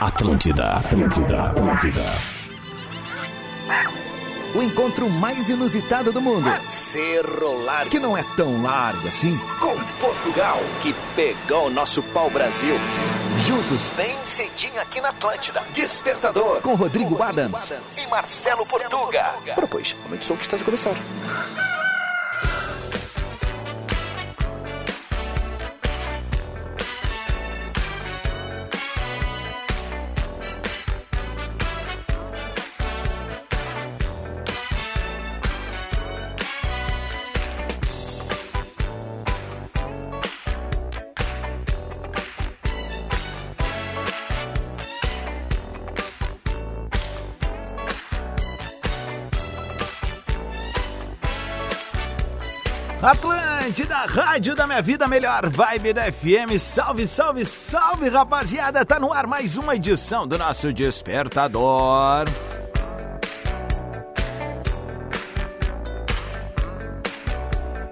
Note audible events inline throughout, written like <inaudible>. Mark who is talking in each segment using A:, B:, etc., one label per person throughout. A: Atlântida, Atlântida, Atlântida.
B: O encontro mais inusitado do mundo.
C: Cerro Largo,
B: Que não é tão largo assim.
C: com Portugal, que pegou o nosso pau-brasil.
B: Juntos,
C: Bem cedinho aqui na Atlântida. Despertador,
B: com Rodrigo Adams.
C: e Marcelo Portuga. Ora, pois, aumente o som que está a começar.
D: Atlântida, Rádio da Minha Vida, melhor vibe da FM. Salve, salve, salve, rapaziada! Tá no ar mais uma edição do nosso Despertador.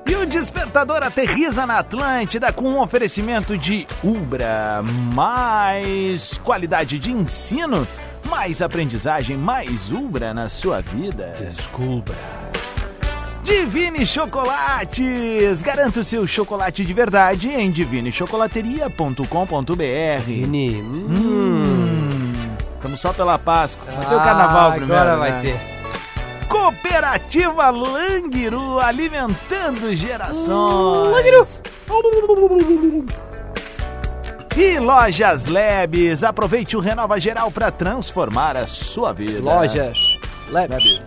D: E o Despertador aterriza na Atlântida com um oferecimento de Ubra. Mais qualidade de ensino, mais aprendizagem, mais Ubra na sua vida. Divine Chocolates! Garanta o seu chocolate de verdade em divinechocolateria.com.br.
E: Vini,
D: Hum, estamos só pela Páscoa. Vai ter o carnaval
E: Ah,
D: primeiro.
E: Agora vai
D: né?
E: ter.
D: Cooperativa Langiru alimentando gerações. E Lojas Labs, aproveite o Renova Geral para transformar a sua vida.
E: Lojas, labs.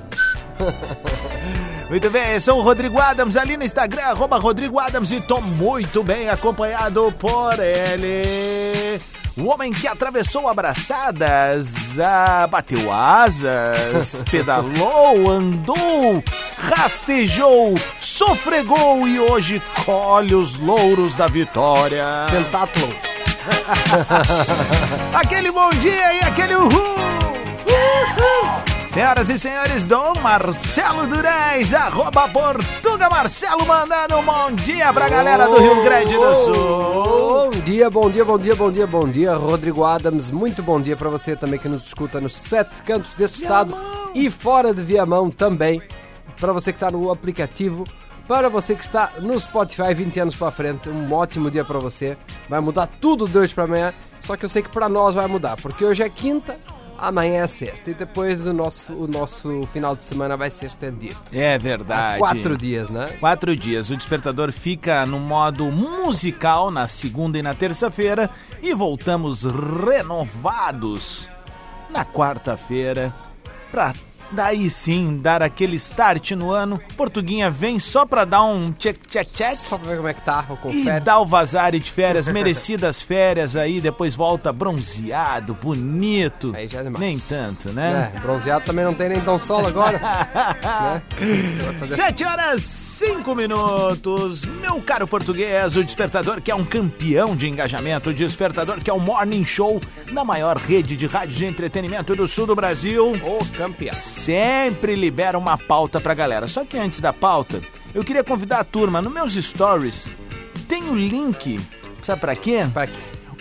D: Muito bem, sou o Rodrigo Adams ali no Instagram, arroba Rodrigo Adams e tô muito bem acompanhado por ele. O homem que atravessou abraçadas, ah, bateu asas, pedalou, andou, rastejou, sofregou e hoje colhe os louros da vitória.
E: Pentathlon.
D: Aquele bom dia e aquele uhul! Senhoras e senhores, Dom Marcelo Durez, arroba Portuga Marcelo, mandando um bom dia pra galera do Rio Grande do Sul.
E: Bom dia, bom dia, bom dia, bom dia, bom dia, Rodrigo Adams. Muito bom dia pra você também que nos escuta nos sete cantos deste estado e fora de Viamão também. Pra você que está no aplicativo, para você que está no Spotify 20 anos pra frente, um ótimo dia pra você. Vai mudar tudo de hoje pra amanhã, só que eu sei que pra nós vai mudar, porque hoje é quinta, amanhã é sexta e depois o nosso, o nosso final de semana vai ser estendido.
D: É
E: Há
D: verdade.
E: quatro dias, né?
D: Quatro dias. O despertador fica no modo musical na segunda e na terça-feira e voltamos renovados na quarta-feira pra daí sim dar aquele start no ano. Portuguinha vem só pra dar um check check check.
E: Só pra ver como é que tá o
D: E
E: confete.
D: dá o vazare de férias, merecidas férias aí, depois volta bronzeado, bonito.
E: Aí já é demais.
D: Nem tanto, né?
E: É, bronzeado também não tem nem tão sol
D: <laughs>
E: agora. né? Vai fazer-
D: Sete horas, cinco minutos. Meu caro português, o Despertador, que é um campeão de engajamento, o Despertador, que é o morning show na maior rede de rádio de entretenimento do sul do Brasil.
E: Ô campeão.
D: Sempre libera uma pauta pra galera. Só que antes da pauta, eu queria convidar a turma, nos meus stories, tem o link, sabe pra quê?
E: Pra quê?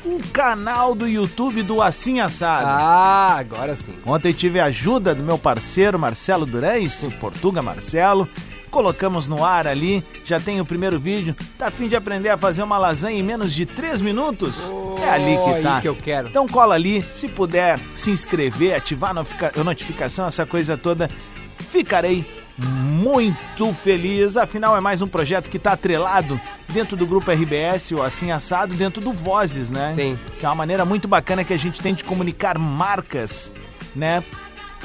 D: um canal do YouTube do Assim Assado.
E: Ah, agora sim.
D: Ontem tive a ajuda do meu parceiro Marcelo Durães, o Portuga Marcelo. Colocamos no ar ali, já tem o primeiro vídeo. Tá a fim de aprender a fazer uma lasanha em menos de 3 minutos? é ali
E: Oh,
D: que
E: aí
D: tá.
E: que eu quero.
D: Então cola ali, se puder se inscrever, ativar a notifica- a notificação, essa coisa toda. Ficarei muito feliz. Afinal, é mais um projeto que tá atrelado dentro do grupo RBS, ou assim assado, dentro do Vozes, né?
E: Sim.
D: Que é uma maneira muito bacana que a gente tem de comunicar marcas, né?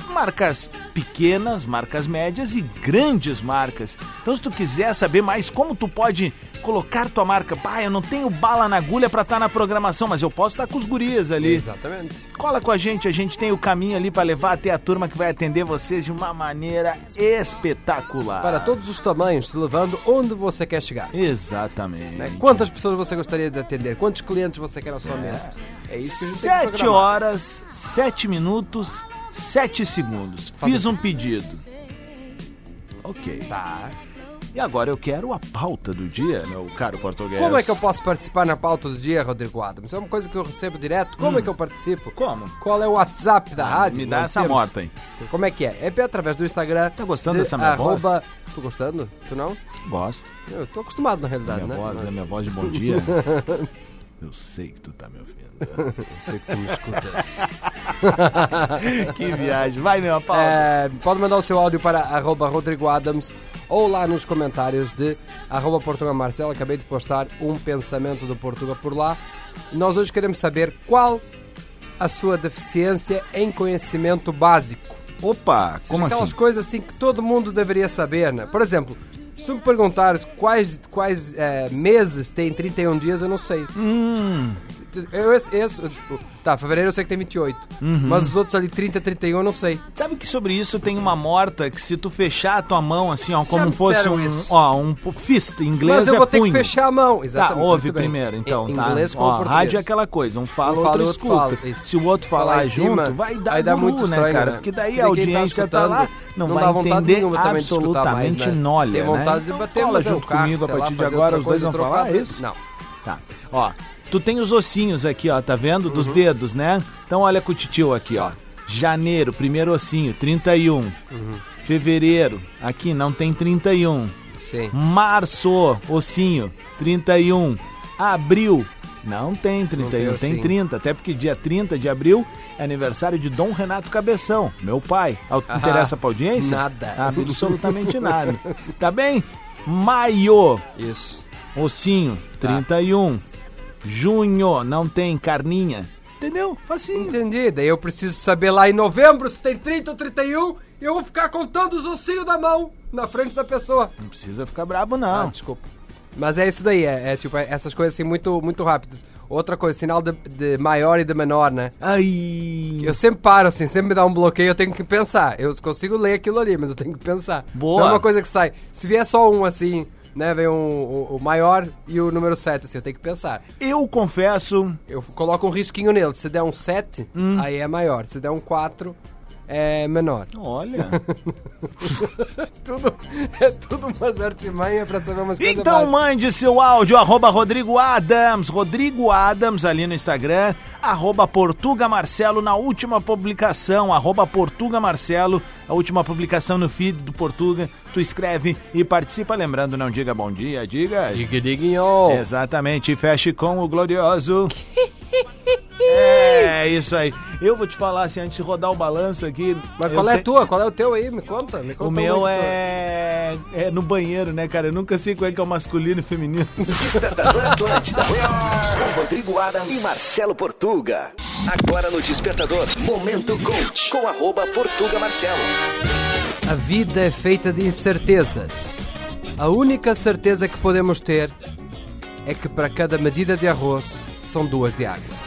D: Marcas pequenas, marcas médias e grandes marcas. Então, se tu quiser saber mais como tu pode colocar tua marca, pá, eu não tenho bala na agulha pra estar na programação, mas eu posso estar com os gurias ali.
E: Exatamente.
D: Cola com a gente, a gente tem o caminho ali pra levar até a turma que vai atender vocês de uma maneira espetacular.
E: Para todos os tamanhos, te levando onde você quer chegar.
D: Exatamente.
E: né? Quantas pessoas você gostaria de atender? Quantos clientes você quer na sua mesa? É isso que a gente tem que
D: Sete
E: programar.
D: horas, sete minutos, sete segundos.
E: Faz
D: Fiz
E: um
D: um pedido. Ok.
E: Tá.
D: E agora eu quero a pauta do dia, meu caro português.
E: Como é que eu posso participar na pauta do dia, Rodrigo Adams? É uma coisa que eu recebo direto. Como é que eu participo?
D: Hum. Como? Ah,
E: Qual é o WhatsApp da rádio?
D: me dá
E: Não
D: essa morta aí.
E: Como é que é? É através do Instagram.
D: Tá gostando dessa minha voz?
E: arroba... Tô gostando? Tu não?
D: Gosto.
E: Eu tô acostumado, na realidade,
D: Minha
E: né?
D: voz, né? Minha voz de bom dia. <laughs> Eu sei que tu tá me ouvindo. <laughs>
E: Eu sei que tu me escutas.
D: que viagem. Vai, meu, a
E: <laughs>
D: pauta.
E: É, pode mandar o seu áudio para arroba Rodrigo Adams ou lá nos comentários de arroba Portuga Marcelo. Acabei de postar um pensamento do Portuga por lá. Nós hoje queremos saber qual a sua deficiência em conhecimento básico.
D: Opa, como
E: aquelas
D: assim?
E: coisas assim que todo mundo deveria saber, né? Por exemplo, se tu me perguntares quais, quais é, meses tem 31 dias, eu não sei.
D: Hum.
E: Eu, esse, esse- tá, fevereiro eu sei que tem 28.
D: Uhum.
E: Mas os outros ali, 30, 31, eu não sei.
D: Sabe que sobre isso tem uma morta que se tu fechar a tua mão assim, ó,
E: Já
D: como
E: me
D: fosse
E: disseram
D: um,
E: isso.
D: ó, um pu- fist em inglês
E: Mas eu
D: é
E: vou ter que
D: punho.
E: fechar a mão.
D: Tá,
E: Exatamente.
D: ouve
E: muito bem.
D: primeiro, então,
E: Em
D: tá?
E: Inglês com
D: Ó,
E: português.
D: rádio é aquela coisa, um fala,
E: Um
D: outro,
E: fala, outro
D: escuta.
E: fala, isso.
D: Se o outro falar
E: Falar em
D: junto,
E: cima,
D: vai dar
E: aí dá
D: guru,
E: muito
D: né,
E: estranho,
D: cara?
E: né?
D: Porque daí
E: Porque quem
D: a
E: tá
D: audiência tá,
E: escutando
D: lá, não,
E: não dá
D: vai
E: vontade
D: entender
E: nenhuma também de escutar mais,
D: absolutamente
E: né?
D: nolha,
E: Tem vontade
D: né?
E: de bater,
D: então, cola
E: mas é o
D: junto
E: carro,
D: comigo a
E: sei lá,
D: partir de
E: fazer
D: agora,
E: outra
D: os dois
E: coisa,
D: vão falar é
E: trocar-
D: isso?
E: Não.
D: Tá. Ó, tu tem os ossinhos aqui, ó, tá vendo?
E: Uhum.
D: Dos dedos, né? Então olha com o titio aqui,
E: Tá.
D: ó. Janeiro, primeiro ossinho, 31.
E: Uhum.
D: Fevereiro, aqui não tem 31.
E: Sim.
D: Hum? Março, ossinho, 31. Abril, não tem 31,
E: Não tem
D: tem
E: ossinho.
D: 30. Até porque dia 30 de abril é aniversário de Dom Renato Cabeção, meu pai. Au-
E: Ah,
D: Interessa pra audiência? Ah,
E: nada.
D: Absolutamente nada. Tá bem? Maio,
E: Isso.
D: Ossinho,
E: Tá.
D: 31. Junho, não tem carninha. Entendeu? Facinho.
E: Entendi. Daí eu preciso saber lá em novembro se tem 30 ou 31 e eu vou ficar contando os ossinhos da mão na frente da pessoa.
D: Não precisa ficar brabo,
E: Ah,
D: não.
E: desculpa. Mas é isso daí, é, é tipo é essas coisas assim muito, muito rápidas. Outra coisa, sinal de, de maior e de menor, né?
D: Ai.
E: Eu sempre paro assim, sempre me dá um bloqueio, eu tenho que pensar. Eu consigo ler aquilo ali, mas eu tenho que pensar.
D: Boa.
E: Não é uma coisa que sai. Se vier só um assim, né, vem um- o, o maior e o número 7, assim, eu tenho que pensar.
D: Eu confesso.
E: Eu coloco um risquinho nele. Se der um 7, aí é maior. Se der um 4, é menor.
D: Olha.
E: <laughs> Tudo, é tudo umas artimanhas é pra saber umas coisas
D: então
E: básicas.
D: mande seu áudio, arroba Rodrigo Adams, Rodrigo Adams ali no Instagram, arroba Portuga Marcelo na última publicação, arroba Portuga Marcelo, a última publicação no feed do Portuga. Tu escreve e participa, lembrando, não diga bom dia, diga...
E: Digue, diguinho.
D: Exatamente, feche com o glorioso.
E: <laughs>
D: é isso aí. Eu vou te falar assim, antes de rodar o balanço aqui.
E: Mas
D: eu
E: qual é a
D: te-
E: tua? Qual é o teu aí? Me conta. Me conta
D: O
E: um
D: meu
E: aí que tu-
D: é... é no banheiro, né, cara? Eu nunca sei qual é que é o masculino e o feminino.
C: Despertador Atlântida. Com Rodrigo Adams e Marcelo Portuga. Agora no Despertador. Momento Coach. Com arroba Portuga Marcelo.
E: A vida é feita de incertezas. A única certeza que podemos ter é que para cada medida de arroz são duas de água.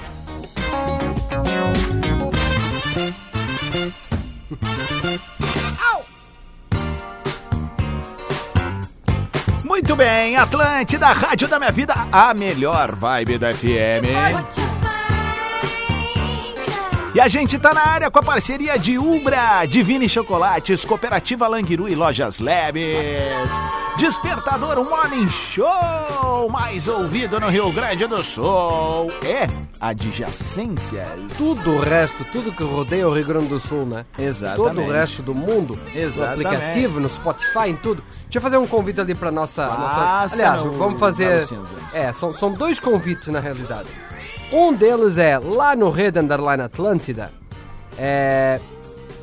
D: Muito bem, Atlântida, Rádio da Minha Vida, a melhor vibe da FM. E a gente tá na área com a parceria de Ubra, Divine Chocolates, Cooperativa Languiru e Lojas Leves. Despertador, um homem show mais ouvido no Rio Grande do Sul. É adjacências.
E: Tudo o resto, tudo que rodeia o Rio Grande do Sul, né?
D: Exatamente.
E: Todo o resto do mundo,
D: Exatamente.
E: no aplicativo, no Spotify, em tudo. Deixa eu fazer um convite ali para nossa,
D: Passa
E: nossa. Aliás,
D: no-
E: vamos fazer.
D: Paulo Cinza.
E: É, são, são dois convites na realidade. Um deles é lá no Rede Underline Atlântida. É,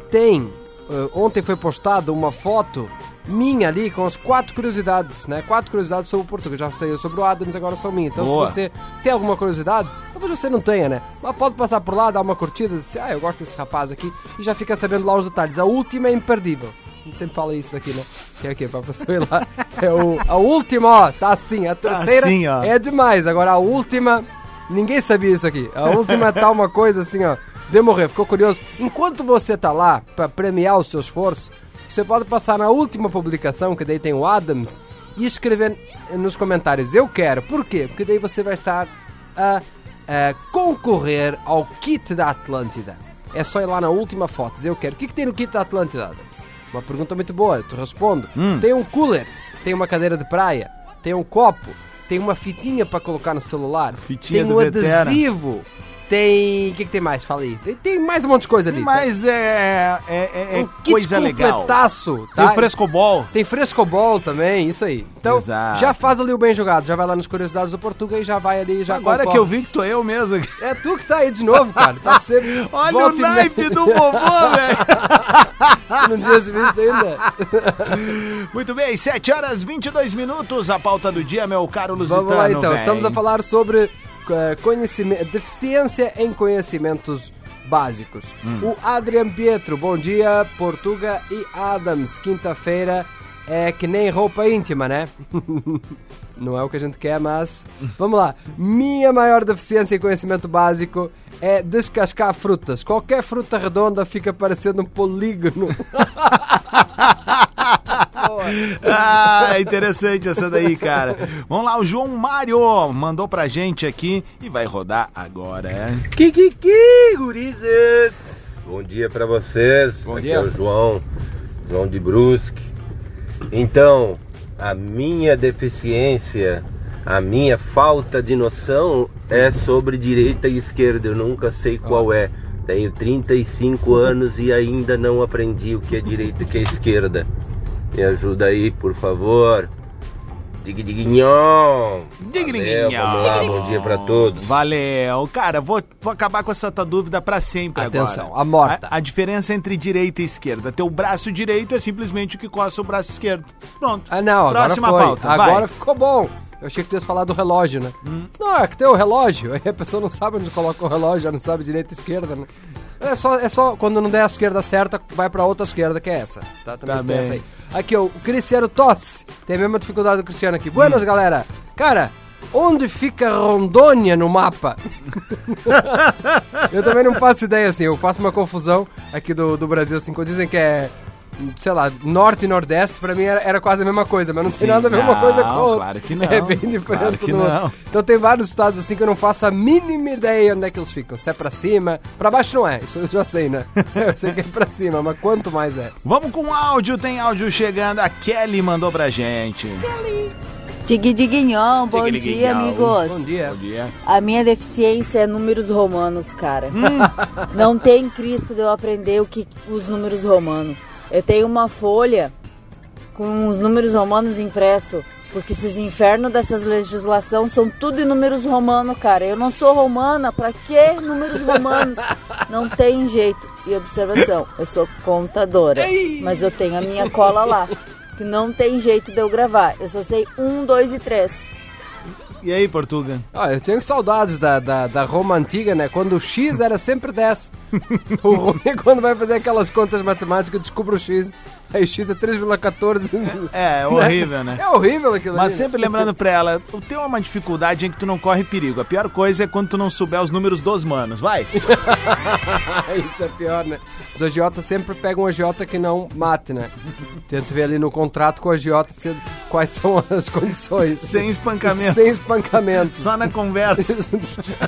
E: tem. eh, ontem foi postada uma foto minha ali com as quatro curiosidades, né? Quatro curiosidades sobre o português. Já saiu sobre o Adams, agora são minhas. Então,
D: Boa.
E: se você tem alguma curiosidade, talvez você não tenha, né? Mas pode passar por lá, dar uma curtida, dizer, ah, eu gosto desse rapaz aqui, e já fica sabendo lá os detalhes. A última é imperdível. A gente sempre fala isso daqui, né? Que é o quê? Pra pessoa ir lá. É o, a última, ó, tá assim. A terceira
D: assim, ó.
E: é demais. Agora a última, ninguém sabia isso aqui. A última tá uma coisa assim, ó. De morrer, ficou curioso. Enquanto você tá lá pra premiar o seu esforço, você pode passar na última publicação, que daí tem o Adams, e escrever nos comentários: Eu quero. Por quê? Porque daí você vai estar ah, a, a concorrer ao kit da Atlântida. É só ir lá na última é
D: Hum.
E: foto, dizer: Eu quero. O que, que tem no kit da Atlântida, Adams? Uma pergunta muito boa, eu te respondo. Tem um cooler tem uma cadeira de praia, tem um copo, tem uma fitinha para colocar no celular,
D: Fitinha
E: tem
D: do
E: um
D: Vetera.
E: adesivo, tem. O que, que tem mais? Fala aí. Tem, tem mais um monte de coisa ali.
D: Mas é, é,
E: Tem
D: é, é
E: um kit
D: coisa legal.
E: completaço,
D: Tem
E: tá?
D: o frescobol.
E: Tem frescobol também, isso aí. Então,
D: Exato.
E: já faz ali o bem jogado, já vai lá nas curiosidades do Portuga e já vai ali, já
D: Agora
E: concorre.
D: que eu vi que tô eu mesmo. aqui.
E: É tu que tá aí de novo, cara. Tá sempre.
D: <laughs> Olha
E: volta
D: o
E: e meia, <laughs>
D: naipe do vovô, velho.
E: Não tinha esse vídeo ainda.
D: Muito bem, 7 horas 22 minutos. A pauta do dia, meu caro Lusitano.
E: Vamos lá então,
D: velho.
E: estamos a falar sobre eh, conhecime- deficiência em conhecimentos básicos. O Adrian Pietro, bom dia, Portuga e Adams, quinta-feira é que nem roupa íntima, né? <laughs> Não é o que a gente quer, mas vamos lá. Minha maior deficiência em conhecimento básico é descascar frutas. Qualquer fruta redonda fica parecendo um polígono. <laughs>
D: Ah, interessante essa daí, cara. Vamos lá, o João Mário mandou pra gente aqui e vai rodar agora.
F: Kikiki, gurizes! Bom dia pra vocês.
E: Bom
F: Aqui
E: dia.
F: é o João, João de Brusque. Então, a minha deficiência, a minha falta de noção é sobre direita e esquerda. Eu nunca sei
E: Ah.
F: qual é. Tenho 35 anos e ainda não aprendi o que é direita e o que é esquerda. Me ajuda aí, por favor. Digdiguinhom!
D: Digriguinhom.
F: Valeu, vamos lá, Bom dia pra todos.
D: Valeu. Cara, vou, vou acabar com essa tua dúvida pra sempre agora.
E: Atenção, a morta.
D: A, a diferença entre direita e esquerda. Teu braço direito é simplesmente o que coça o braço esquerdo. Pronto.
E: Ah, não, agora
D: Próxima
E: foi.
D: pauta, vai. Hum.
E: agora ficou bom. Eu achei que tu ia falar do relógio, né? Não, é que tem o relógio. Aí a pessoa não sabe onde coloca o relógio, já não sabe direita e esquerda, né? É só, é só quando não der a esquerda certa, vai pra outra esquerda, que é essa. Tá, também
D: Tá
E: tem
D: bem.
E: essa aí. Aqui, ó, o Cristiano Tosse. Tem a mesma dificuldade do Cristiano aqui.
D: Hum.
E: Buenas, galera. Cara, onde fica Rondônia no mapa? Eu também não faço ideia assim, eu faço uma confusão aqui do, do Brasil, assim, quando dizem que é, sei lá, norte e nordeste, pra mim era, era quase a mesma coisa, mas não tem
D: Sim,
E: nada a ver uma
D: não,
E: coisa com a outra.
D: claro que não,
E: <laughs> É bem
D: claro
E: diferente
D: que
E: do outro.
D: não.
E: Então tem vários estados assim que eu não faço a mínima ideia onde é que eles ficam. Se é pra cima, pra baixo não é, <laughs> isso eu já sei, né? Eu sei que é pra cima, mas quanto mais é.
D: Vamos com áudio, tem áudio chegando. A Kelly mandou pra gente.
G: Digui Diguinhon, bom dia,
D: Diguinhon.
G: amigos.
E: Bom dia.
D: dia.
G: A minha deficiência é números romanos, cara. <laughs> Não tem Cristo de eu aprender o que os números romanos. Eu tenho uma folha com os números romanos impresso, porque esses infernos dessas legislação são tudo em números romanos, cara. Eu não sou romana, pra que números romanos? Não tem jeito. E observação, eu sou contadora, mas eu tenho a minha cola lá, que não tem jeito de eu gravar. Eu só sei um, dois e três.
D: E aí, Portuga?
E: Ah, eu tenho saudades da, da, da Roma antiga, né? Quando o X era sempre 10. o Rumi, quando vai fazer aquelas contas matemáticas, descobre o X. Aí o X é 3,14.
D: É, é horrível, né?
E: É horrível aquilo ali,
D: Mas
E: né?
D: sempre
E: <laughs>
D: lembrando pra ela, o teu é uma dificuldade em que tu não corre perigo. A pior coisa é quando tu não souber os números dos manos. Vai.
E: Isso é pior, né? Os agiotas sempre pegam um agiota que não mate, né? Tenta ver ali no contrato com o agiota se- quais são as condições.
D: Sem espancamento.
E: Sem espancamento.
D: Só na
E: <laughs>
D: conversa.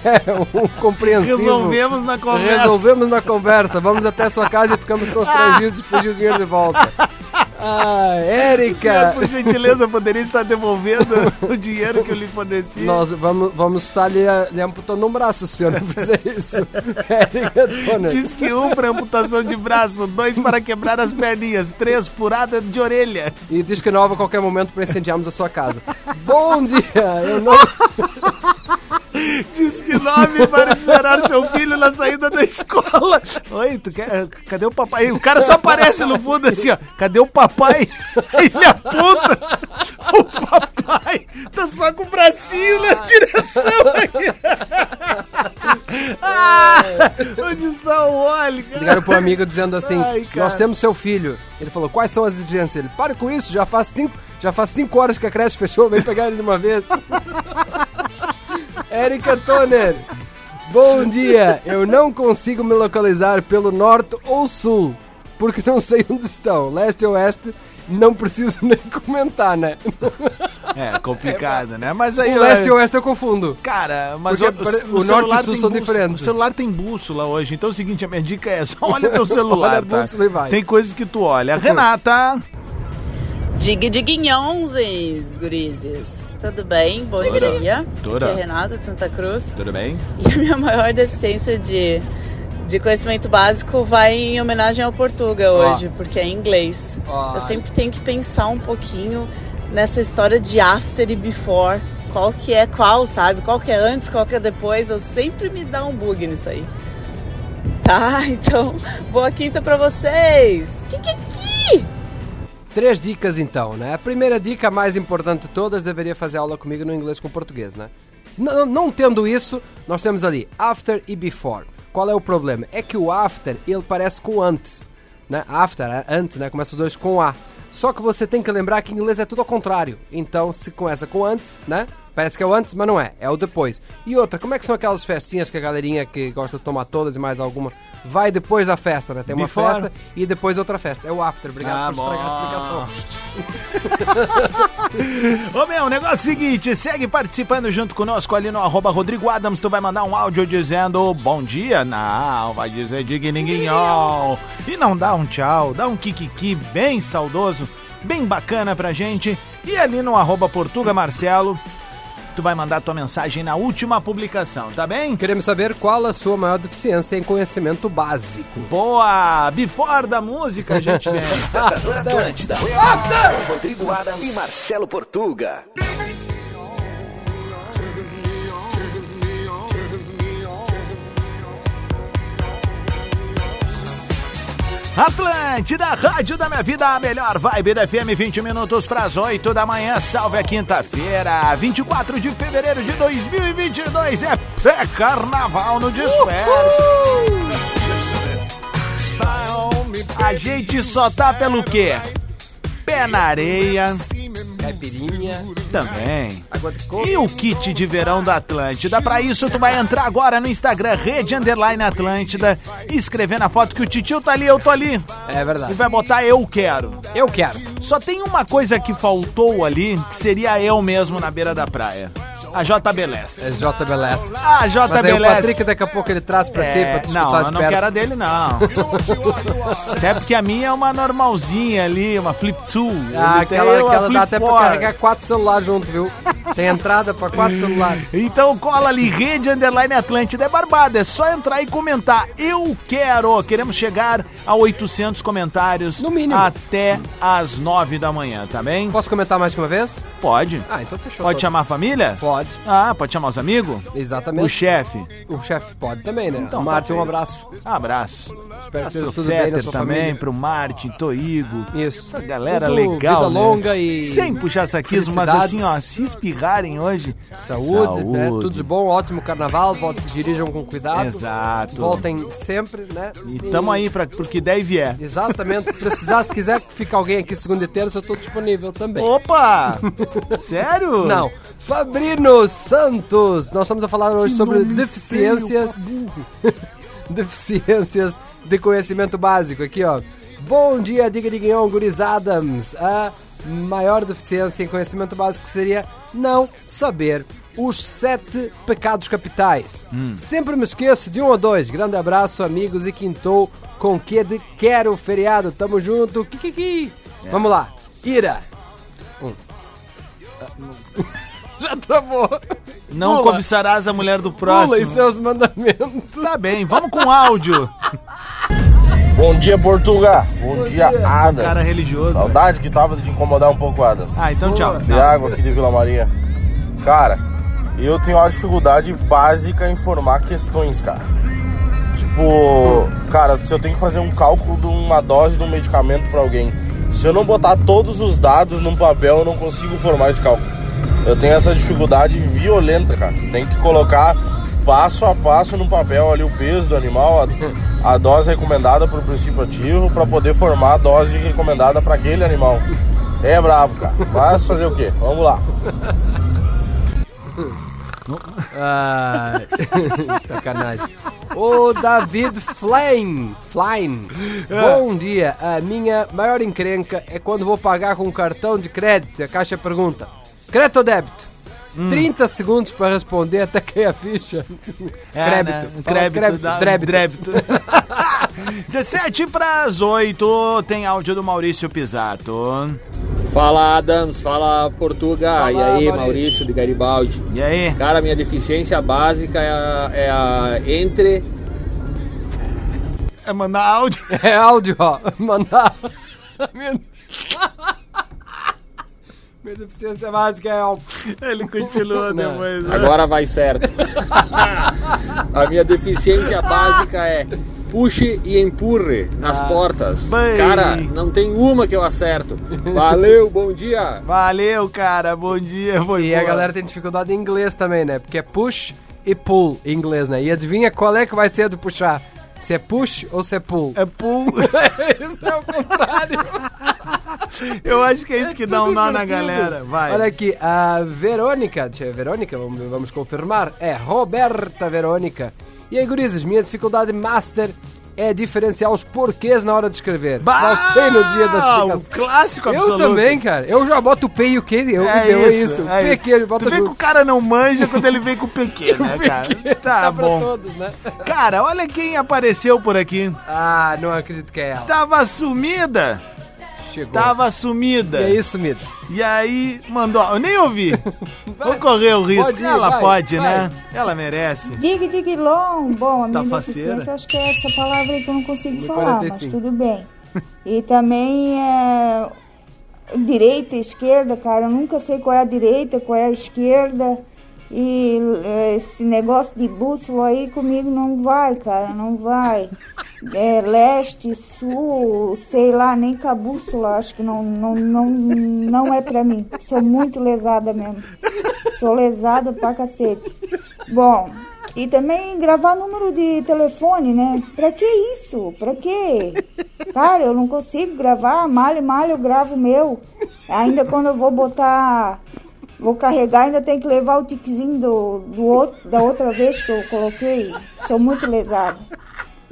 E: é, um compreensivo.
D: Resolvemos na conversa.
E: Resolvemos na conversa. Vamos até sua casa e ficamos constrangidos de pedir o dinheiro de volta. Ah,
D: O senhor,
E: Érica!
D: por gentileza, poderia estar devolvendo o dinheiro que eu lhe forneci.
E: Nós vamos, vamos estar lhe, lhe amputando um braço se eu não fizer isso. <laughs> Érica Donner.
D: Diz que um para amputação de braço, dois para quebrar as perninhas, três furada de orelha.
E: E diz que nova a qualquer momento para incendiarmos a sua casa. Bom dia! Eu não <laughs>
D: Diz que nove para esperar seu filho na saída da escola. Oi, tu quer. Cadê o papai? O cara só aparece no fundo assim, ó. Cadê o papai? Ele aponta. O papai tá só com o bracinho na direção. aqui. Ah, onde está o óleo? cara?
E: ligaram pro amigo dizendo assim:
D: Ai, cara.
E: Nós temos seu filho. Ele falou: Quais são as exigências? Ele: Pare com isso, já faz cinco, já faz cinco horas que a creche fechou, vem pegar ele de uma vez. <laughs> Érica Toner. Bom dia, eu não consigo me localizar pelo norte ou sul, porque não sei onde estão, leste ou oeste, não preciso <laughs> nem comentar, né?
D: É complicado, né? Mas aí.
E: O leste e oeste eu confundo.
D: Cara, mas
E: Porque
D: o,
E: pare-
D: o,
E: o norte e
D: celular
E: sul
D: tem
E: são
D: bússola-
E: diferentes.
D: O celular tem bússola hoje, então é o seguinte, a minha
E: <laughs>
D: dica é só olha teu celular,
E: Olha a
D: tá?
E: bússola e vai.
D: Tem coisas que tu olha. Renata,
H: Dig diguinhonzes, gurizes. Tudo bem? Bom dia.
D: Dora.
H: Aqui é Renata de Santa Cruz. <laughs>
D: Tudo bem?
H: E a minha maior deficiência de, de conhecimento básico vai em homenagem ao Portuga
E: Ó.
H: hoje, porque é em inglês.
E: Ó.
H: Eu sempre tenho que pensar um pouquinho nessa história de after e before. Qual que é qual, sabe? Qual que é antes, qual que é depois. Eu sempre me dá um bug nisso aí. Tá, <laughs> então, boa quinta pra vocês! Que que é que?
E: Três dicas então, né? A primeira dica, a mais importante de todas, deveria fazer aula comigo no inglês com português, né? N- Não, não tendo isso, nós temos ali after e before. Qual é o problema? É que o after, ele parece com antes, né? After, é antes, né? Começa os dois com A. Só que você tem que lembrar que em inglês é tudo ao contrário. Então, se começa com antes, né? Parece que é o antes, mas não é. É o depois. E outra, como é que são aquelas festinhas que a galerinha que gosta de tomar todas e mais alguma vai depois da festa, né? Tem uma
D: Before.
E: festa e depois outra festa. É o after, obrigado. Obrigado por estragar a
D: Ah,
E: explicação.
D: Ô meu, o negócio é o seguinte, segue participando junto conosco ali no arroba Rodrigo Adams, tu vai mandar um áudio dizendo bom dia, não, vai dizer digninguinhol, e não dá um tchau, dá um kikiki bem saudoso, bem bacana pra gente, e ali no arroba Portuga Marcelo, tu vai mandar tua mensagem na última publicação, tá bem?
E: Queremos saber qual a sua maior deficiência em conhecimento básico.
D: Boa, before da música, gente tem.
C: Despertador Atlântida. Com Rodrigo Adams e Marcelo Portuga.
D: Atlântida, Rádio da Minha Vida, a melhor vibe da FM, 20 minutos para as 8 da manhã, salve a quinta-feira, 24 de fevereiro de 2022, é pré-carnaval no Desperto. A gente só tá pelo quê? Pé na areia,
E: Caipirinha.
D: também. E o kit de verão da Atlântida? Pra isso, tu vai entrar agora no Instagram, Rede Underline Atlântida, e escrever na foto que o Titio tá ali, eu tô ali.
E: É
D: E
E: verdade.
D: vai botar eu quero.
E: Eu quero.
D: Só tem uma coisa que faltou ali, que seria eu mesmo na beira da praia. A J Beleza.
E: É JBLS.
D: A J
E: Mas aí o
D: Beleza.
E: Patrick daqui a pouco ele traz pra ti, pra tu
D: É, não,
E: escutar
D: eu
E: de
D: não
E: perto.
D: quero a dele, não. Até porque a minha é uma normalzinha ali, uma flip two.
E: Ah,
D: Ele tem
E: aquela
D: uma
E: aquela dá
D: flip
E: até pra
D: four.
E: carregar quatro celulares junto, viu? Tem entrada pra <laughs> quatro celulares.
D: Então cola ali, Rede Underline Atlântida é barbada, é só entrar e comentar. Eu quero! Queremos chegar a 800 comentários.
E: No mínimo.
D: Até as 9 da manhã, tá bem?
E: Posso comentar mais que uma vez?
D: Pode.
E: Ah, então fechou.
D: Pode chamar a família?
E: Pode.
D: Ah, pode chamar os amigos? O
E: Exatamente.
D: chefe.
E: O chefe pode também, né?
D: Então,
E: Então, Martin,
D: tá
E: um
D: feito. Tá
E: abraço.
D: Abraço.
E: Espero que
D: Pro
E: seja tudo bem na
D: Fetter
E: sua
D: também,
E: família.
D: pro Martin, Toigo.
E: Isso.
D: Essa galera
E: Tudo
D: legal.
E: vida
D: né?
E: longa e
D: Sem puxar saquismo, mas
E: felicidades.
D: assim, ó, se espirrarem hoje.
E: Saúde, né?
D: Saúde.
E: Tudo de bom, ótimo carnaval, volte- dirijam com cuidado.
D: Exato.
E: Voltem sempre, né?
D: E tamo aí pra, pro que der e vier.
E: Exatamente. Precisar, se quiser que fique alguém aqui segunda e terça, eu tô disponível também. <laughs>
D: Opa! Sério?
E: Não. Fabrino Santos. Nós estamos a falar hoje sobre deficiências. <laughs> deficiências de conhecimento básico. Aqui, ó. Bom dia, diga de guion, Guris Adams. A maior deficiência em conhecimento básico seria não saber os sete pecados capitais. Sempre me esqueço de um ou dois. Grande abraço, amigos, e quintou com que de quero feriado. Tamo junto. Kikiki. Vamos lá. Ira. Já travou.
D: Não
E: Pula.
D: cobiçarás a mulher do
E: Pula em
D: próximo.
E: seus mandamentos.
D: Tá bem, vamos com áudio.
I: Bom dia, Portuga. Bom, dia, Adas.
D: é um Cara religioso. né?
I: Saudade que tava de te incomodar um pouco, Adas.
D: Ah, então tchau.
I: Tiago aqui de Vila Maria. Cara, eu tenho uma dificuldade básica em formar questões, cara. Tipo, cara, se eu tenho que fazer um cálculo de uma dose de um medicamento pra alguém, se eu não botar todos os dados num papel, eu não consigo formar esse cálculo. Eu tenho essa dificuldade violenta, cara. Tem que colocar passo a passo no papel ali o peso do animal, a, a dose recomendada pro princípio ativo, pra poder formar a dose recomendada pra aquele animal. É brabo, cara. Mas fazer o quê? Vamos lá.
E: Ai, Ah, <laughs> sacanagem. O David Flynn. Flynn. Bom dia. A minha maior encrenca é quando vou pagar com cartão de crédito. E a caixa pergunta: crédito ou débito? 30 segundos para responder até cair a ficha.
D: É,
E: Crédito.
D: né?
E: Fala
D: Crédito.
E: crédito,
D: dá-
E: drébito.
D: <laughs> Drébito. 17 para as 8, tem áudio do Maurício Pisato.
J: Fala Adams, fala Portuga,
E: Fala,
J: e aí
E: Ah, Maurício.
J: Maurício. de Garibaldi.
D: E aí?
J: Cara, minha deficiência básica é a, é a entre
D: É mandar áudio. <laughs>
E: É áudio, ó. <laughs> Mandar. Minha... Minha deficiência básica é áudio.
D: Ele continua
E: Não.
D: depois. né?
J: Agora vai certo. <laughs> a minha deficiência básica é puxe e empurre nas
E: Ah.
J: portas.
D: bem.
J: Cara, não tem uma que eu acerto. Valeu, bom dia.
D: Valeu, cara. Bom dia. Foi
E: E
D: boa.
E: a galera tem dificuldade em inglês também, né? Porque é push e pull em inglês, né? E adivinha qual é que vai ser do puxar? Se é push ou se é pull?
D: É pull.
E: Isso é o contrário.
D: Eu acho que é isso que dá um nó na galera. Vai.
E: Olha aqui, a Verônica, deixa eu ver, Verônica, vamos, vamos confirmar, é Roberta Verônica. E aí, gurizes, minha dificuldade master é diferenciar os porquês na hora de escrever.
D: Bah!
E: Faltei no dia da
D: Um
E: explicação.
D: clássico
E: Eu
D: absoluto.
E: também, cara. Eu já boto o P e o Q, eu
D: É
E: eu- é
D: isso,
E: isso.
D: é
E: P e
D: isso.
E: Q, ele bota
D: Tu vê que o cara não manja quando ele vem com o PQ,
E: <laughs>
D: né, cara? Tá
E: Dá pra
D: bom.
E: todos, né?
D: Cara, olha quem apareceu por aqui.
E: Ah, não acredito que é ela.
D: Tava sumida.
E: Chegou.
D: Tava
E: E
D: sumida.
E: é isso, Mida.
D: E aí, mandou. Eu nem
E: <laughs>
D: ouvi. Vou correr o risco.
E: Pode ir,
D: Ela
E: vai,
D: pode,
E: vai.
D: né? Ela merece. Tá
K: Dig, dig, long. Bom, a minha
D: faceira.
K: deficiência, acho que é essa palavra aí que eu não consigo
E: Número
K: falar,
E: 45. <laughs>
K: mas tudo bem. E também é direita, esquerda, cara. Eu nunca sei qual é a direita, qual é a esquerda. E é, esse negócio de bússola aí comigo não vai, cara, não vai. É, leste, sul, sei lá, nem com a bússola, acho que não, não, não, não é pra mim. Sou muito lesada mesmo. Sou lesada pra cacete. Bom, e também gravar número de telefone, né? Pra que isso? Pra quê? Cara, eu não consigo gravar. Mal e mal eu gravo o meu. Ainda quando eu vou botar. Vou carregar, ainda tem que levar o tiquezinho do, do outro, da outra vez que eu coloquei. Sou muito lesada.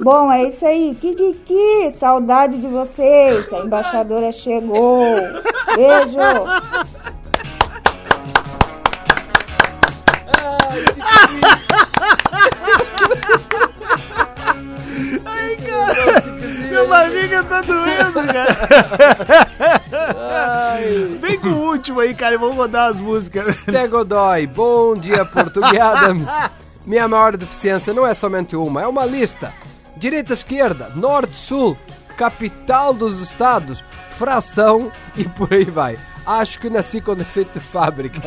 K: Bom, é isso aí. Kikiki, saudade de vocês. A embaixadora chegou. Beijo.
D: Minha barriga tá doendo, cara. Vem com o último aí, cara, e vamos rodar as músicas.
E: Tegodói, bom dia, Português Adams. Minha maior deficiência não é somente uma, é uma lista. Direita, esquerda, norte, sul, capital dos estados, fração e por aí vai. Acho que nasci com defeito de fábrica.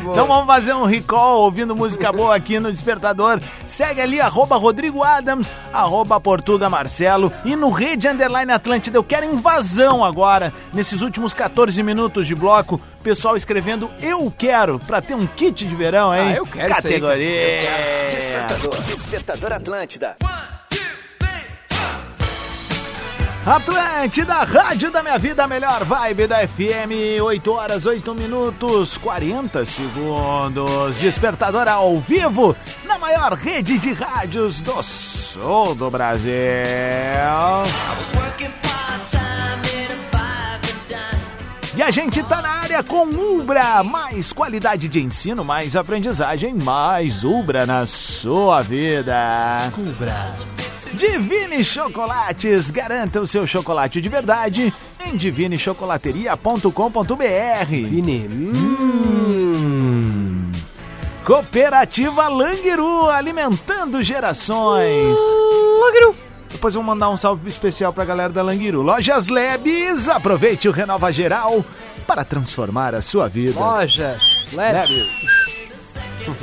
E: bom.
D: então vamos fazer um recall ouvindo música boa aqui no Despertador. Segue ali, arroba Rodrigo Adams, arroba Portuga Marcelo e no Rede Underline Atlântida. Eu quero invasão agora, nesses últimos 14 minutos de bloco. Pessoal escrevendo Eu Quero, pra ter um kit de verão, hein?
E: Ah, eu quero isso aí,
D: Categoria.
C: Despertador, Despertador Atlântida.
D: Atlântida, Rádio da Minha Vida, a melhor vibe da FM, 8 horas, 8 minutos, 40 segundos. Despertador ao vivo, na maior rede de rádios do sul do Brasil. E a gente tá na área com Ubra, mais qualidade de ensino, mais aprendizagem, mais Ubra na sua vida. Divine Chocolates, garanta o seu chocolate de verdade em divinechocolateria.com.br.
E: Vini, hum,
D: Cooperativa Langiru, alimentando gerações. Depois eu vou mandar um salve especial pra galera da Langiru. Lojas Lebes, aproveite o Renova Geral para transformar a sua vida.
E: lojas, LED.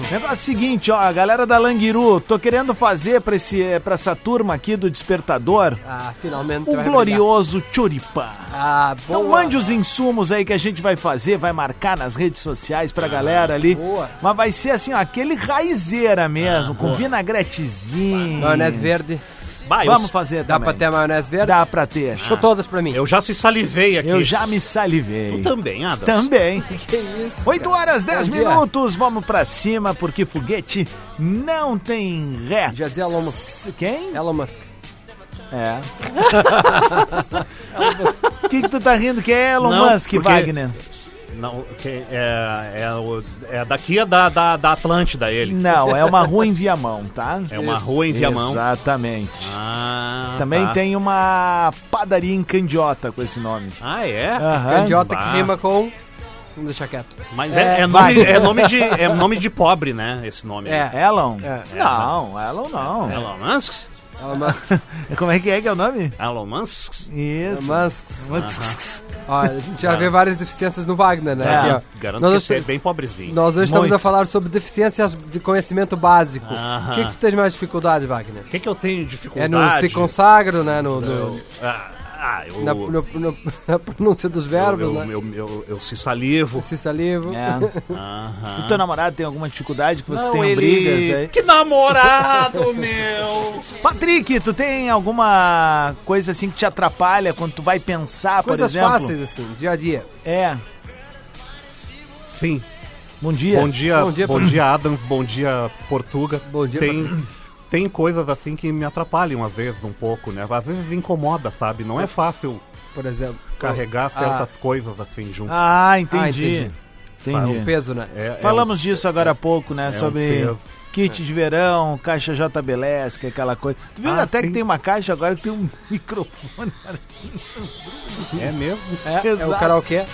D: Negócio é o seguinte, ó, a galera da Langiru, tô querendo fazer pra, esse, eh, pra essa turma aqui do Despertador
E: Ah, finalmente.
D: o
E: vai
D: glorioso choripã.
E: brilhar. Ah, boa.
D: Então mande os insumos aí que a gente vai fazer, vai marcar nas redes sociais pra galera ali.
E: boa.
D: Mas vai ser assim, ó, aquele raizeira mesmo,
E: Ah,
D: com vinagretezinho.
E: Maionese verde.
L: Bah, eu,
D: Vamos fazer
E: Dá
D: também.
E: pra ter a maionese verde?
D: Dá pra ter.
E: Deixa todas pra mim.
L: eu já se salivei aqui.
D: Eu já me salivei.
L: Tu também, Adams.
D: Também.
E: Que isso?
D: 8 horas, 10
E: Bom dia.
D: minutos, vamos pra cima, porque foguete não tem ré.
E: Já dizia Elon Musk.
D: Quem?
E: Elon Musk. <laughs>
D: É.
E: É
D: O <laughs> que, que tu tá rindo? Que é Elon
L: Não,
D: Musk,
L: porque-
D: Wagner?
L: Não, que é, é, o- é daqui é da, da, da Atlântida ele.
D: Não, é uma rua em Viamão, tá?
L: É uma rua em Viamão.
D: Exatamente.
L: Ah,
D: Também
L: tá.
D: tem uma padaria em Candiota com esse nome.
L: Ah, é?
E: Candiota
L: Bah.
E: que rima com. Vamos deixar quieto.
L: Mas é, é
D: É,
L: nome,
D: vai.
L: é,
M: <laughs>
L: nome de, é nome de pobre, né? Esse nome.
D: É.
L: aí.
D: Elon?
L: É.
D: Não, Elon não.
L: Elon Musk?
E: Elon Musk.
D: Como é que é que é o nome?
L: Elon Musk?
D: <laughs> Isso.
E: Masks.
D: Musk.
E: Ó, a gente já vê várias deficiências no Wagner, né?
L: Garanto-
E: Aqui, ó.
L: É. Garanto
E: Nós
L: que
E: hoje
L: você é
E: te-
L: bem pobrezinho.
E: Nós hoje estamos
D: Muito.
E: a falar sobre deficiências de conhecimento básico.
L: Aham.
E: O que, é que tu tens mais dificuldade, Wagner?
L: O que, que eu tenho
E: É
L: dificuldade?
E: no se consagro, né? No, no-
L: Ah, ah, eu,
E: na, no- no- na pronúncia dos verbos,
L: eu, eu,
E: né?
L: eu, eu- eu se salivo.
E: Se salivo.
D: É.
L: Aham.
D: E teu namorado tem alguma dificuldade que vocês
L: Não,
D: tenham
L: ele-
D: brigas? né? Aí?
L: Que namorado, meu!
D: Patrick, tu tem alguma coisa assim que te atrapalha quando tu vai pensar, por
E: Coisas
D: exemplo?
E: fáceis, assim, dia a dia.
D: É.
M: Sim.
D: Bom dia.
M: Bom dia,
E: Bom
M: bom
E: dia,
M: dia,
E: Portu-
M: Adam. Bom dia, Portuga.
E: Bom dia,
M: tem, tem coisas assim que me atrapalham às vezes um pouco, né? Às vezes incomoda, sabe? Não é fácil
E: Por exemplo.
M: carregar
E: Ah.
M: certas coisas assim junto.
D: Ah,
E: Ah,
D: entendi.
E: entendi.
D: entendi.
E: O peso, né?
M: É- é um-
D: Falamos disso agora há pouco, né?
M: um
D: sobre
M: peso.
D: kit de verão, caixa J Belesca, é aquela coisa. Tu viu
M: Ah,
D: até que
M: sim.
D: tem uma caixa agora que tem um <laughs> microfone.
M: É mesmo?
E: É, é o
L: <laughs>
D: Exato.
E: karaokê.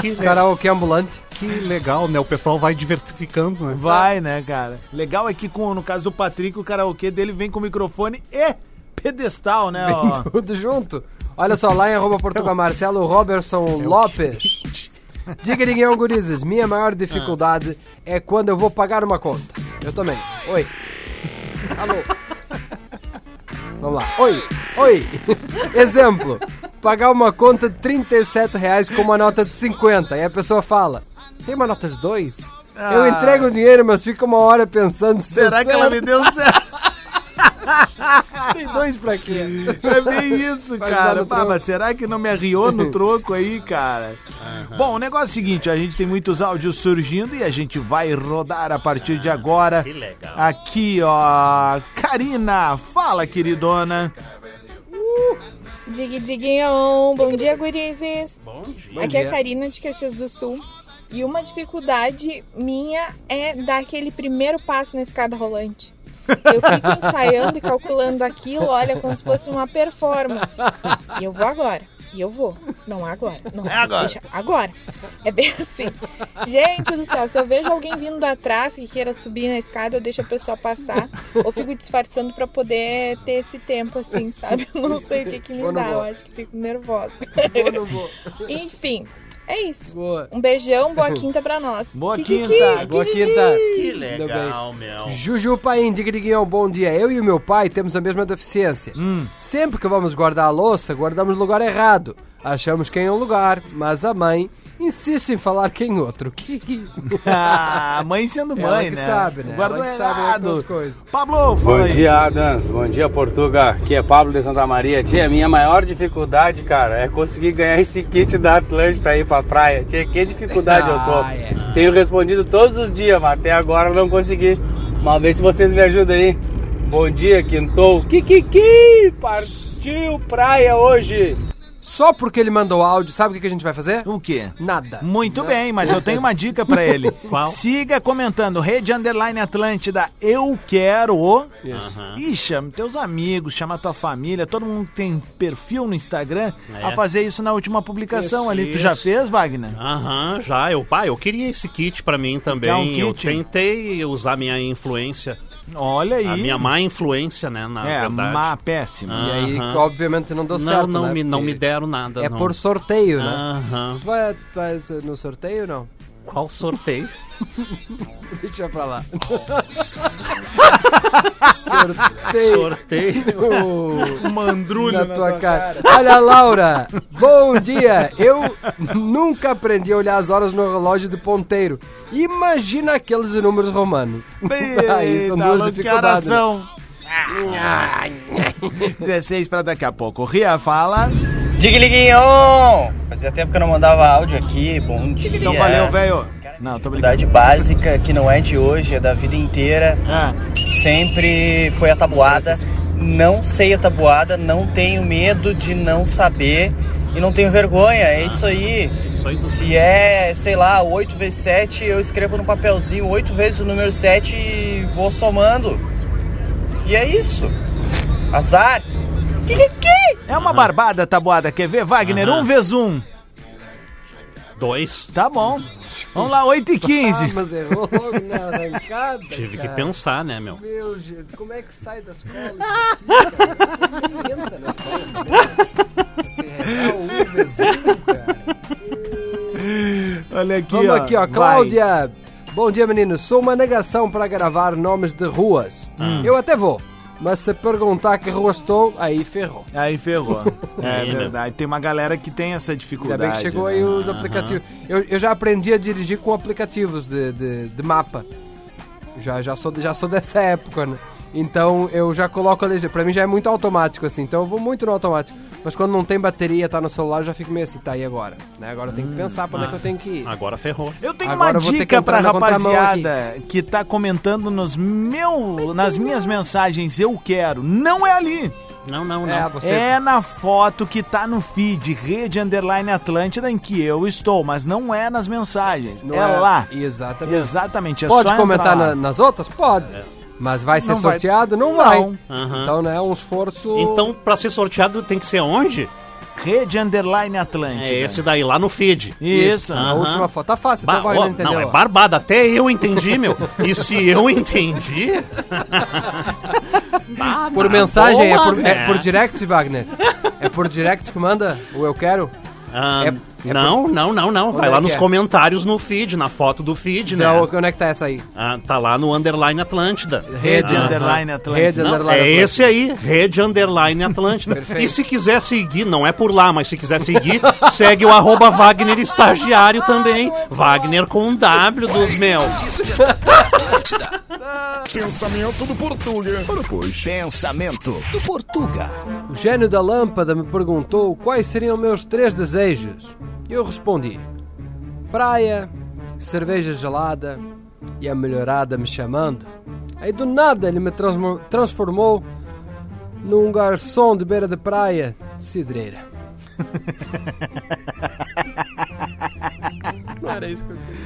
M: Que, le-
E: karaokê ambulante.
M: que legal, né? O pessoal vai diversificando, né?
D: Vai, né, cara? Legal é que, com, no caso do Patrick, o karaokê dele vem com microfone e pedestal, né? ó.
E: Tudo junto. Olha só, lá em
D: <laughs>
E: arroba Portugal Marcelo, o
D: É
E: Roberson Lopes. Diga ninguém ao gurizes, minha maior dificuldade
D: Ah.
E: é quando eu vou pagar uma conta. Eu também. Oi. Alô. Vamos lá. Oi. Oi. <laughs> Exemplo. Pagar uma conta de 37 reais com uma nota de 50. E a pessoa fala, tem uma nota de 2? Eu
D: Ah.
E: entrego o dinheiro, mas fica uma hora pensando se
D: <laughs> Será
E: deu
D: que ela me
E: certo.
D: deu certo?
E: Tem dois pra quê?
D: <laughs> É bem isso,
E: Vai dar
D: cara.
E: no
D: Pá,
E: troco.
D: mas será que não me arriou no troco aí, cara? Bom, o negócio é o seguinte, a gente tem muitos áudios surgindo e a gente vai rodar a partir de agora.
L: que legal.
D: Aqui, ó. Karina, fala, queridona.
N: Dig Diguinhão, bom dia, gurizes.
L: Bom dia.
N: Aqui é
E: dia.
N: a Karina de Caxias do Sul. E uma dificuldade minha é dar aquele primeiro passo na escada rolante. Eu fico ensaiando e calculando aquilo, olha, como se fosse uma performance. E eu vou agora. E eu vou. Não agora. Não, é agora. agora. É bem assim. Gente do céu, se eu vejo alguém vindo atrás que queira subir na escada, eu deixo a pessoa passar. ou fico disfarçando pra poder ter esse tempo assim, sabe? Eu não sei o que, que me
E: Boa, não
N: dá. Eu
E: boa.
N: acho que fico nervosa.
E: Boa, não vou.
N: Enfim, é isso.
E: Boa.
N: Um beijão,
O: <laughs>
N: boa quinta pra nós.
D: Boa
N: Kikiki.
D: quinta.
E: Boa quinta.
L: Que
E: Tudo
L: legal, meu.
E: Juju Paim, Digriguinhão, bom dia. Eu e o meu pai temos a mesma deficiência.
L: Hum.
E: Sempre que vamos guardar a louça, guardamos no lugar errado. Achamos quem é um lugar, mas a mãe insiste em falar quem outro.
L: <laughs>
E: Que...
D: Ah, mãe sendo
E: Ela
D: mãe,
E: que
D: né?
E: sabe, né?
D: Guardou
E: Ela que sabe
D: errado.
E: algumas coisas.
D: Pablo, fala
O: Bom
D: aí.
O: dia, Adams. Bom dia, Portuga. Aqui é Pablo de Santa Maria. Tia, minha maior dificuldade, cara, é conseguir ganhar esse kit da Atlântida tá aí pra praia. Tia, que dificuldade eu tô.
E: Ah, é.
O: Tenho respondido todos os dias, mas até agora eu não consegui. Mas vê se vocês me ajudam aí. Bom dia, Quintou. Kikiki! Partiu praia hoje!
E: Só porque ele mandou áudio, sabe o que que a gente vai fazer?
D: O quê?
E: Nada.
D: Muito
E: Não.
D: bem, mas eu tenho uma dica pra ele.
L: <laughs> Qual?
D: Siga comentando Rede Underline Atlântida, eu quero o...
E: Isso.
D: E chama teus amigos, chama tua família, todo mundo que tem perfil no Instagram
L: É.
D: a fazer isso na última publicação
L: Isso,
D: ali. Tu
L: isso.
D: já fez, Wagner?
L: Aham, já. Eu, pai, eu queria esse kit pra mim também.
D: Quer um kit?
L: Eu tentei usar minha influência,
D: Olha aí.
L: a minha má influência, né, na
D: é,
L: verdade.
D: má péssima.
E: E aí,
L: Aham.
E: obviamente, não deu
L: Não,
E: certo,
L: não,
E: né?
L: me, não
E: Porque
L: me deram nada.
E: É
L: não. Ah.
E: por sorteio, né?
L: Aham.
E: Tu vai, tu vai no sorteio
L: <laughs>
E: ou não?
L: Qual sorteio?
E: Deixa pra lá. sorteio.
L: sorteio. Ah. <laughs>
E: Oh,
D: Mandrulho
E: na tua cara. <laughs> Olha, Laura, bom dia. Eu nunca aprendi a olhar as horas no relógio de ponteiro. Imagina aqueles de números romanos. <laughs> Aí são
D: Eita,
E: duas
D: Alô, tá que
E: dificuldades.
L: <laughs>
E: né?
D: aração. 16 pra daqui a pouco. Ria, fala.
O: Digliguinho! Fazia tempo que eu não mandava áudio aqui. Bom dia.
D: Então
L: é.
D: valeu, velho. Não, tô brincando.
O: Dificuldade básica que não é de hoje, é da vida inteira.
D: Ah,
O: sempre foi a tabuada. Não sei a tabuada, não tenho medo de não saber e não tenho vergonha. É isso aí.
L: Isso aí do
O: Se é, sei lá, 8 vezes 7, eu escrevo no papelzinho 8 vezes o número 7 e vou somando. E é isso. Azar.
D: É uma barbada, tabuada. Quer ver, Wagner?
L: Aham.
D: Um vezes um.
L: Dois.
D: Tá bom. Vamos lá, 8 e 15.
E: Ah, mas errou logo na <laughs> arrancada.
L: Tive que
E: cara.
L: pensar, né, meu?
E: Meu Jesus, como é que sai da escola? isso <laughs> aqui, cara? Como é que entra na escola? É, um vezes um,
D: <laughs> Olha aqui,
E: Vamos
D: ó.
E: aqui, ó.
D: Vai.
E: Cláudia. Bom dia, meninos. Sou uma negação para gravar nomes de ruas.
D: Hum.
E: Eu até vou. Mas se perguntar que rua estou, aí ferrou.
D: Aí ferrou. É
E: Aí, né?
D: verdade. Tem uma galera que tem essa
E: Ainda
D: dificuldade.
E: bem que chegou aí
D: né?
E: os
D: Aham.
E: aplicativos. Eu, eu já aprendi a dirigir com aplicativos de, de, de mapa. Já, já, sou, já sou dessa época, né? Então eu já coloco a legenda. Pra mim já é muito automático, assim. Então eu vou muito no automático. Mas quando não tem bateria, tá no celular, eu já fico meio assim, tá, e agora? Né? Agora eu tenho que pensar pra onde é que eu tenho que ir.
L: Agora ferrou.
D: Eu tenho
E: Agora eu
D: uma
E: vou ter que
D: dica
E: entrar na
D: pra
E: contramão
D: rapaziada que tá comentando nos meu, nas minhas mensagens, eu quero. Não é ali.
L: Não, não,
D: É,
L: não.
D: na foto que tá no feed Rede Underline Atlântida em que eu estou, mas não é nas mensagens.
E: Não
D: é,
E: é.
D: lá.
E: Exatamente.
D: Exatamente. É
E: Pode
D: só
E: comentar
D: entrar
E: na-
D: lá.
E: nas outras? Pode.
L: É.
E: Mas vai ser
D: Não vai.
E: sorteado? Não, vai.
D: Não.
E: Então, né, um esforço...
L: Então, pra ser sorteado, tem que ser onde?
D: Rede Underline Atlântida.
L: É esse daí, lá no feed.
E: Na
L: Aham.
E: última foto tá fácil,
L: Bah,
E: então vai
L: ó,
E: não entendeu.
L: não, é barbada. Até eu entendi, meu. E se eu entendi... Bah,
E: Por
L: na
E: mensagem,
L: boa,
E: é por, é
L: né?
E: por direct, Wagner? É por direct que manda o eu quero?
L: <laughs> Ah,
E: É- é
L: não,
E: por-
L: não, não, não.
E: Onde
L: Vai
E: é
L: lá
E: que
L: nos
E: é?
L: comentários no feed, na foto do feed, né?
E: Então, onde é que tá essa aí?
L: Ah, tá lá no Underline Atlântida.
D: Rede
L: Aham.
D: Underline Atlântida.
E: Rede
L: Não,
E: Underline
L: é
E: Atlântida.
L: esse aí, Rede Underline Atlântida. e se quiser seguir, não é por lá, mas se quiser seguir, segue o arroba Wagner Estagiário também. Wagner com W dos meus.
B: Pensamento do Portuga. Pensamento do Portuga.
E: O gênio da lâmpada me perguntou quais seriam meus três desejos. Eu respondi: praia, cerveja gelada e a melhorada me chamando. Aí do nada ele me transmo- transformou num garçom de beira de praia, cidreira. Não era isso que eu queria.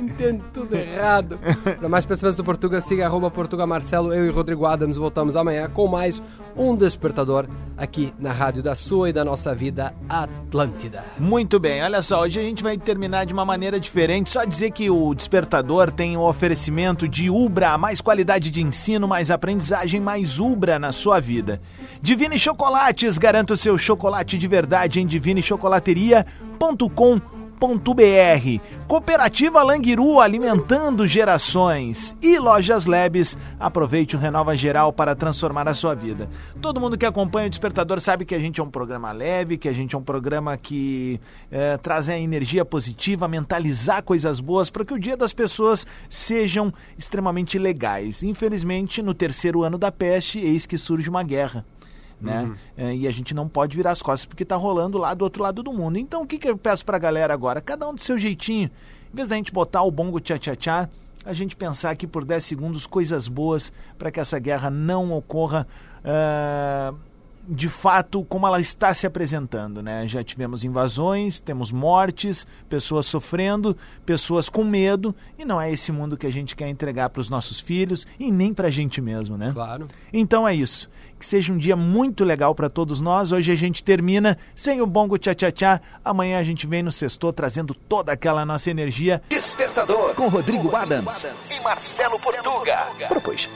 E: Entendo tudo errado. Para mais pensamentos do Portuga, siga arroba Portuga Marcelo. Eu e Rodrigo Adams voltamos amanhã com mais um Despertador aqui na rádio da sua e da nossa vida Atlântida.
D: Muito bem, olha só, hoje a gente vai terminar de uma maneira diferente. Só dizer que o Despertador tem o oferecimento de Ubra, mais qualidade de ensino, mais aprendizagem, mais Ubra na sua vida. Divine Chocolates, garanta o seu chocolate de verdade em divinichocolateria.com.br Cooperativa.com.br, Cooperativa Languiru alimentando gerações e Lojas Labs. Aproveite o Renova Geral para transformar a sua vida. Todo mundo que acompanha o Despertador sabe que a gente é um programa leve, que a gente é um programa que eh, traz a energia positiva, mentalizar coisas boas para que o dia das pessoas sejam extremamente legais. Infelizmente, no terceiro ano da peste, eis que surge uma guerra né? É, E a gente não pode virar as costas porque tá rolando lá do outro lado do mundo. Então o que, que eu peço pra galera agora? Cada um do seu jeitinho. Em vez da gente botar o bongo tchá-tchá-tchá, a gente pensar aqui por 10 segundos coisas boas para que essa guerra não ocorra. ah, de fato, como ela está se apresentando, né? Já tivemos invasões, temos mortes, pessoas sofrendo, pessoas com medo, e não é esse mundo que a gente quer entregar para os nossos filhos e nem pra gente mesmo, né?
E: Claro.
D: Então é isso. Que seja um dia muito legal para todos nós. Hoje a gente termina sem o bongo tchá tchá tchá. Amanhã a gente vem no sexto trazendo toda aquela nossa energia.
C: Despertador
B: Com Rodrigo Adams.
C: e Marcelo Portuga. Ora, pois.